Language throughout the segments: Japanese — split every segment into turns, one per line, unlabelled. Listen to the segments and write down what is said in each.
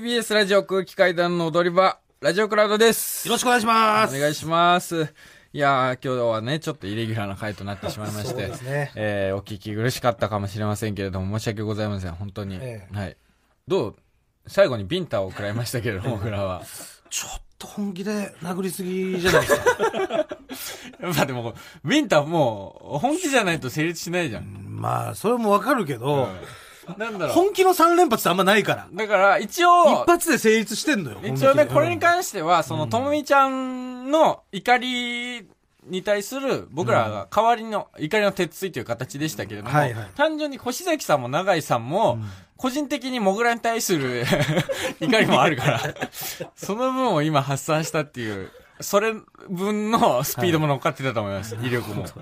TBS ラジオ空気階段の踊り場、ラジオクラウドです。
よろしくお願いします。
お願いします。いやー、今日はね、ちょっとイレギュラーな回となってしまいまし
そう
て
です、ね
えーお聞き苦しかったかもしれませんけれども、申し訳ございません、本当に。
え
はい。どう最後にビンタを食らいましたけ れども、僕らは。
ちょっと本気で殴りすぎじゃないです か。
まあでも、ビンタもう、本気じゃないと成立しないじゃん。
まあ、それもわかるけど、
なんだろう。
本気の3連発ってあんまないから。
だから、一
一
応、
発で成立してんのよ。
一応ね、これに
し
関しては、その、ともみちゃんの怒りに対する、僕らが代わりの、怒りの鉄槌という形でしたけれども、
うんはいはい
単純に星崎さんも永井さんも、個人的にモグラに対する 怒りもある から、その分を今発散したっていう、それ分のスピードも乗っかってたと思います、威力も。
て。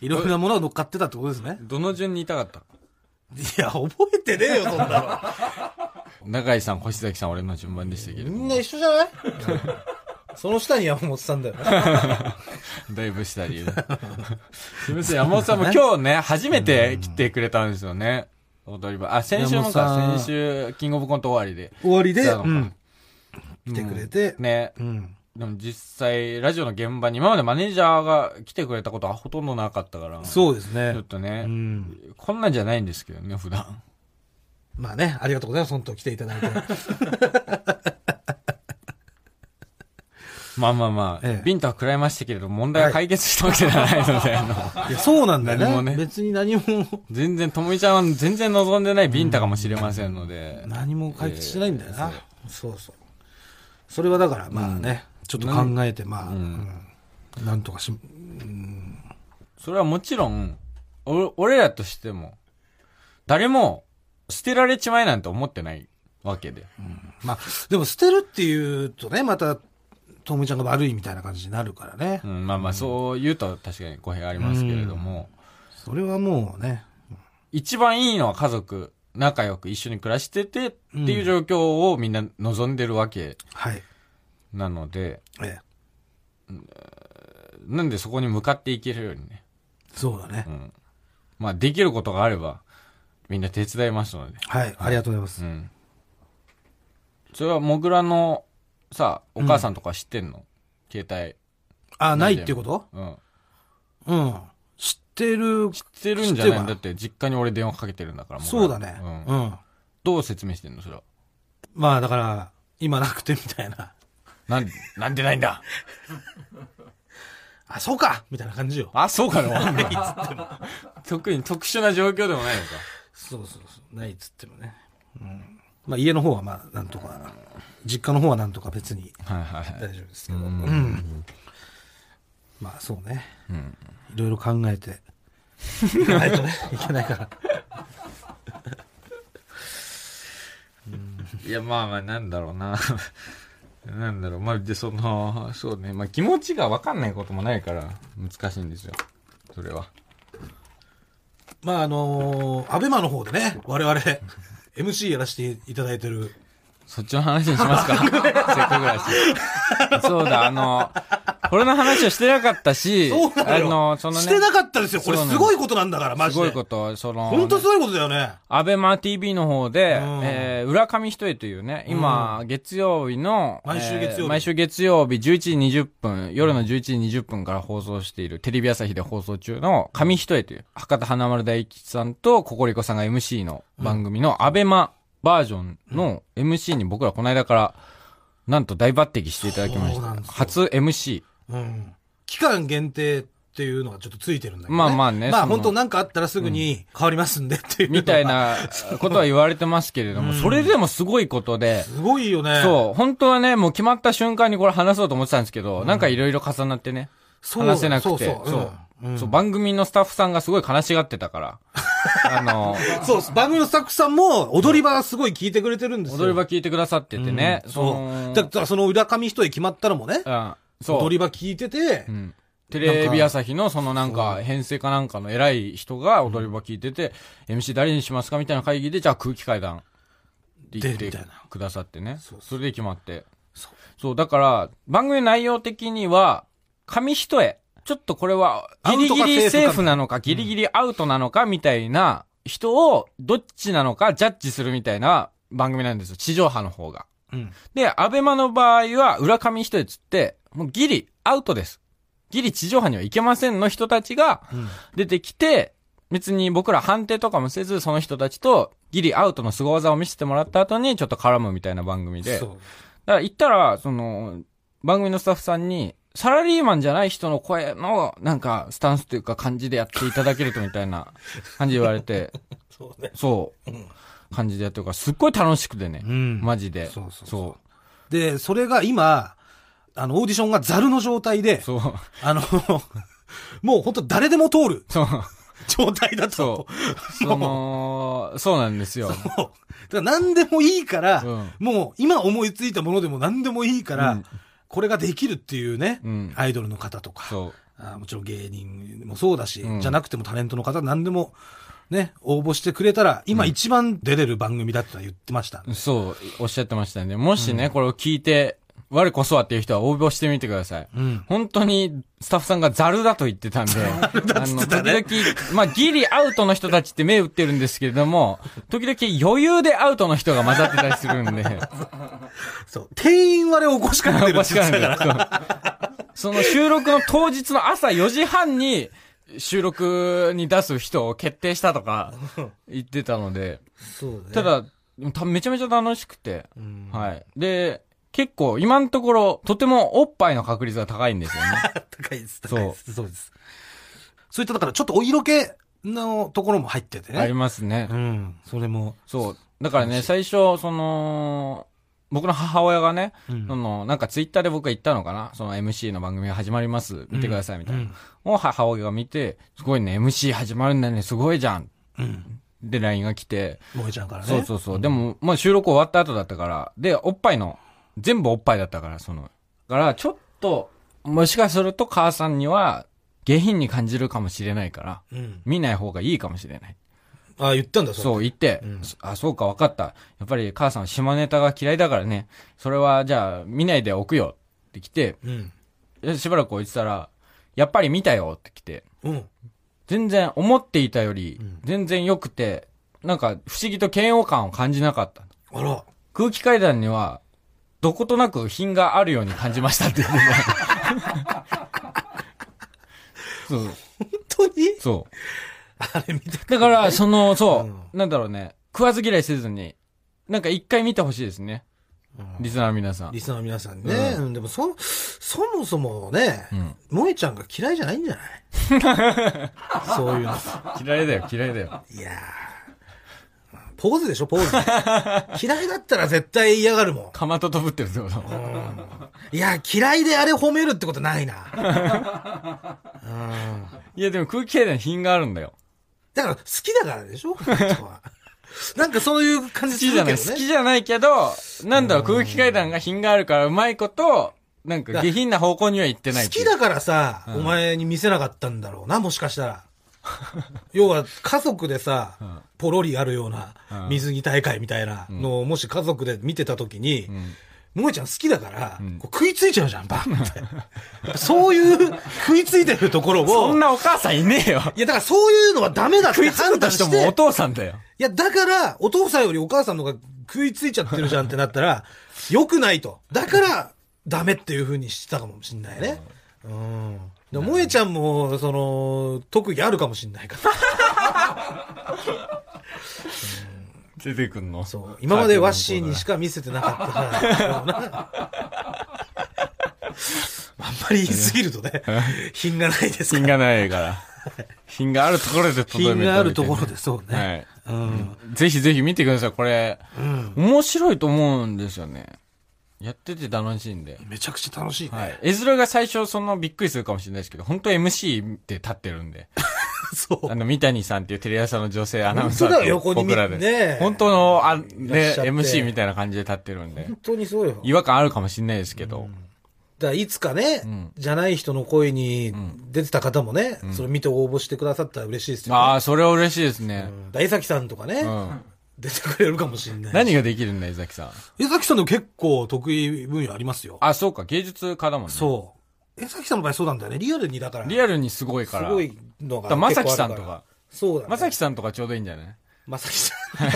いろんなものが乗っかってたってことですね。
どの順に痛かった
いや、覚えてねえよ、そんなの。
永井さん、星崎さん、俺の順番でしたけれど
み
も
んな一緒じゃないその下に山本さんだよ。
だいぶ下 にいる。すみません、山本さんも今日ね、初めて来てくれたんですよね。踊り場。あ、先週も
山本
か
さ、ん
先週、キングオブコント終わりで。
終わりで、
そうな
う
の
ん。来てくれて、
ね。
うん。
でも実際、ラジオの現場に今までマネージャーが来てくれたことはほとんどなかったから。
そうです
ちょ
ね
っ。と
う
ね、
ん。
こんなんじゃないんですけどね、普段。
まあね、ありがとうございます。本当来ていた だいて。
まあまあまあ
ええ、
ビンタは食らいましたけれど、問題は解決したわけじゃないので、あの
いや、そうなんだよ
何も
ね。
ね
別に何も、
全然、ともみちゃんは全然望んでないビンタかもしれませんので。
何も解決してないんだよな、そうそうそれはだからまあね、ちょっと考えてまあ、うんなんとかし
それはもちろん、お俺らとしても、誰も捨てられちまえなんて思ってないわけで。
まあでも捨てるっていうとねまたともちゃんが悪いみたいな感じになるからね、
うん、まあまあ、そう言うと確かに語弊ありますけれども、
それはもうね
一番いいのは家族、仲良く一緒に暮らしててっていう状況をみんな望んでるわけ
はい
なので、
ええ
なんでそこに向かっていけるようにね。
そうだね、
うん。まあ、できることがあれば、みんな手伝いますので。
はいありがとうございます、
うん。それは、モグラの、さ、お母さんとか知ってんの、携帯。
あないっていうこと
うん。
うん知ってる
知ってるんじゃ
知って
な
る
い
わ
だって、実家に俺電話かけてるんだから、も
そうだね
うん
うん、
どう説明してんのそれは。
まあだから今なくてみたいな
なん、なんでないんだ
あそうかみたいな感じよ
あ、そうかな、ないっ つっても。特に特殊な状況でもないのか。
そうそうそう。ないっつってもね。うん。まあ家の方はまあなんとか、実家の方はなんとか別に
はいはいはい。
大丈夫ですけど。うん。まあそうね。いろいろ考えて、いかないとね、いけないから。
いや、まあまあ、なんだろうな。なんだろう。まあ、で、その、そうね。まあ、気持ちがわかんないこともないから、難しいんですよ。それは。
まああのー、アベマの方でね、我々、MC やらせていただいてる。
そっちの話にします かせっかくだし。そうだ、あの、これの話をしてなかったし、
そうな
あ
のよ
の、。その
し
ね
て、なかったですよ。これ
そうなの
すごいことなんだから、マ
す
ジ
ご
で
い。こと、その、
本当すごいことだよね。
アベマ TV の方で、
うん
えー、浦上一重というね、今、月曜日の、
毎週月曜日
毎週月曜日11時20分、夜の11時20分から放送している、テレビ朝日で放送中の、上一重という、博多華丸大吉さんとココリコさんが MC の番組の、アベマバージョンの MC に僕らこの間から、なんと大抜擢していただきまし
そうなん
た
で。すよ
初 MC。
うん。期間限定っていうのがちょっとついてるんだけど、ね。
まあまあね
ま
そ
あ
の
本当なんかあったらすぐに変わりますんでっていう。
みたい。なことは言われてますけれども、それでもすごいことで、
すごいよね。う。
そう、本当はね、もう決まった瞬間にこれ話そうと思ってたんですけど、なんかいろいろ重なってね、
そう
話せなくて、
そうそう
そうそう番組のスタッフさんがすごい悲しがってた から、あの、
そうです番組のスタッフさんも踊り場すごい聞いてくれてるんですよ。
踊り場聞いてくださっててね、
うん
そ
そ
の
う。だからその裏上一重決まったのもね、
うん、そう
踊り場聞いてて、
うんテレビ朝日のそのなんか編成かなんかの偉い人が踊り場聞いてて、MC 誰にしますかみたいな会議で、じゃあ空気階段って言っ
で
て
みたいな
くださってね。
そう
それで決まって。
そう
そう、だから、番組内容的には、紙一重。ちょっとこれは、ギリギ
アウト
リ
かセーフか
セーフなのか、ギリギリアウトなのかみたいな人を、どっちなのかジャッジするみたいな番組なんですよ。地上波の方が。
うん。
で、アベマの場合は、裏紙一重つって、もうギリアウトです。ギリ地上波には行けませんの人たちが
うん。
出てきて、別に僕ら判定とかもせず、その人たちとギリアウトの凄技を見せてもらった後にちょっと絡むみたいな番組で。
そ
だか
う。
ら行ったら、その、番組のスタッフさんに、サラリーマンじゃない人の声の、なんか、スタンスというか感じでやっていただけるとみたい な感じで言われて、
そうね。
そう、感じでやってるから、すっごい楽しくてね。
うん。
マジで。
そうそう
そ
そで、それが今、あの、オーディションがザルの状態で
う。、そう。
あの、 もう本当誰でも通る
そう。
状態だと
そ。う。その、そうなんですよ。
もうだから何でもいいから、
うん
もう今思いついたものでも何でもいいから、
うん
これができるっていうね、
うん。
アイドルの方とか、
そ
あーもちろん芸人もそうだし、
うん
じゃなくてもタレントの方何でもね、応募してくれたら、今一番出れる番組だってのは言ってました。
う。そう、おっしゃってましたね。もしね、これを聞いて、我こそはっていう人は応募してみてください。
うん。
本当に、スタッフさんがザルだと言ってたんで、あの、時々、まあ、ギリアウトの人たちって目打ってるんですけれども、時々余裕でアウトの人が混ざってたりするんで、
そう。店員割れを起こしかけてる
お
んで
か
す
し
よ
くなるんだよそうその収録の当日の朝4時半に収録に出す人を決定したとか言ってたので、
そうね。
た、だ、ためちゃめちゃ楽しくて、
うん、
はい。で、結構今のところとてもおっぱいの確率が高いんですよね。
高いです。
そう
高いです。そうです。そういった、だからちょっとお色気のところも入ってて
あり
ね。
ますね
う。ん。それも。
そう。だからね、最初、その、僕の母親がね、
うん
その、なんかツイッターで僕が言ったのかなその MC の番組が始まります。見てください、みたいな。を母親が見て、すごいね、MC 始まるんだね、すごいじゃん。
うん。
で、LINE が来て、
萌えちゃんからね。
そうそうそう。でも、まあ収録終わった後だったから、で、おっぱいの、全部おっぱいだったから、その。だから、ちょっと、もしかすると母さんには、下品に感じるかもしれないから、
うん。
見ない方がいいかもしれない。
ああ、言ったんだ、
そう言って、あ、そうか、分かった。やっぱり母さんは島ネタが嫌いだからね、それはじゃあ見ないでおくよって来て、
う。うん。
えしばらく置いてたら、やっぱり見たよって来て、
うん。
全然思っていたより、全然良くて、なんか不思議と嫌悪感を感じなかった。
あら。
空気階段には、どことなく品があるように感じましたって 言ってたそう、
本当に
そう。
あれ見て
だから、その、そう、なんだろうね、食わず嫌いせずに、なんか一回見てほしいですね。リスナーの皆さん
リ。スナーの皆さんにね。うんでも、そ、そもそもね、萌えちゃんが嫌いじゃないんじゃない そういうの。
嫌いだよ、嫌いだよ。
いやーポーズでしょ、ポー ズ。嫌いだったら絶対嫌がるもん。
かまととぶってるってこと。
いや、嫌いであれ褒めるってことな いな。うん
いや、でも空気階段に品があるんだよ。
だから、好きだからでしょ本当はなんかそういう
好
感じす
き
る
じ
け
ゃ
ど
な
ね。
い、好きじゃないけど、なんだろう、空気階段が品があるから、うまいこと、なんか下品な方向には行ってない
好
ってい
き
う。
だからさ、お前に見せなかったんだろうな、もしかした ら。要は、家族でさ、ポロリあるような水着大会みたいなのを、もし家族で見てたときに、萌えちゃん好きだから、こう食いついちゃうじゃん、バン って。そういう食いついてるところ
そ
を
ん、なお母さんいねえ よ。
いや、だからそういうのはダメだっ
食
て
いつく
判
た
断して
人、もお父さんだよ。
いや、だから、お父さんよりお母さんの方が食いついちゃってるじゃんってなった ら、良くないと。だから、ダメっていう風にしてたかもしんないね。うん。でも、萌えちゃんも、その、特技あるかもしんな いから。
出てくんの。
そう。今までワッシーにしか見せてなかったから。そうな あんまり言いすぎる とね、品がないです
品
から。
がないから。品があるところでとどめておい
品
て
があるところで、そうね。
はい。
うん。
ぜひぜひ見てください、これ。
うん。
面白いと思うんですよね。やってて楽しいんで。
めちゃくちゃ楽しいね。
はい。絵面が最初、その、びっくりするかもしれないですけど、本当 MC で立ってるんで。
そう
あ。の、三谷さんっていうテレ朝の女性アナウンサ
本当だ
ー
よ
と
横に見
僕らで。
ねえ
本当の、あ、ね、
らっしゃって
MC みたいな感じで立ってる んで。
本当にそうよ。
違和感あるかもしれないですけど。
だからいつかね、じゃない人の声に出てた方もね、それ見て応募してくださったら嬉しいですよ、ね。
ああ、それは嬉しいですね。
うんだ江崎さんとかね、
うん。
出てくれるかもしれない。
何ができるんだ、江崎さん。
江崎さんでも結構得意分野ありますよ。
あ、そうか、芸術家だもんね。
そう。江崎さんの場合そうなんだよね。リアルにだから。
リアルにすごいから。
すごいの
だから
が。
まさきさんとか。
そうだね。
まさきさんとかちょうどいいんじゃない
まさきさん。
はい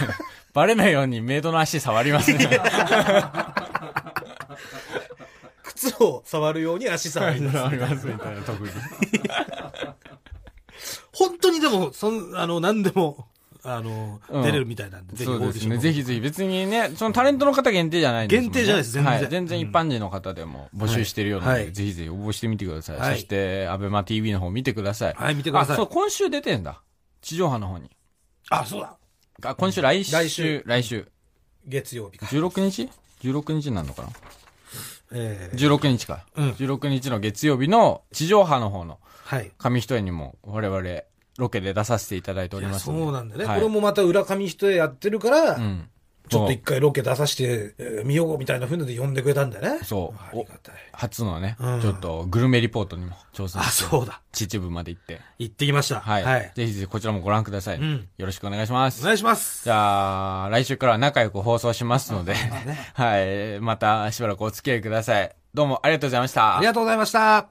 バレないようにメイドの足触りますね。
靴を触るように足触ります
触。ります みたいな特技。
本当にでも、そん、あの、何でも、あの、
うん
出れるみたいなんで、ぜひ
そ
オー
う
デ
で
ィシ
す
ョン
ね。
の
ぜひぜひ。別にね、そのタレントの方限定じゃないんですもんね
限定じゃないです全然
はい。全然一般人の方でも募集してるようなので、
はい
ぜひぜひ応募してみてください。
はい
そして、アベマ TV の方見てください。
はい、見てくださ
あ、
い。
そう、今週出てんだ。地上波の方に。
あ、そうだ。
あ、今週来週。
来週。
来週。
月曜日か。
16日 ?16 日になるのかな
ええ
?16 日か。
うん
16日の月曜日の地上波の方の
はい。
紙一重にも我々ロケで出させていただいてお
い
り
や
ます
そうなんだよね。
はい
これもまた裏紙一重やってるから、
うん。
ちょっと一回ロケ出させて、えー見ようみたいな風で呼んでくれたんだよね。
そう
ありがたい。
初のね、
うん
ちょっとグルメリポートにも挑戦
あ、
して、
そうだ。
秩父まで行って。
行ってきました。
は。
はいい。
ぜひぜひこちらもご覧ください。
うん
よろしくお願いしま
お
す。
願いします。
じゃあ、来週からは仲良く放送します ので、はい。またしばらくお付き合いください。どうもありがとうございました。
ありがとうございました。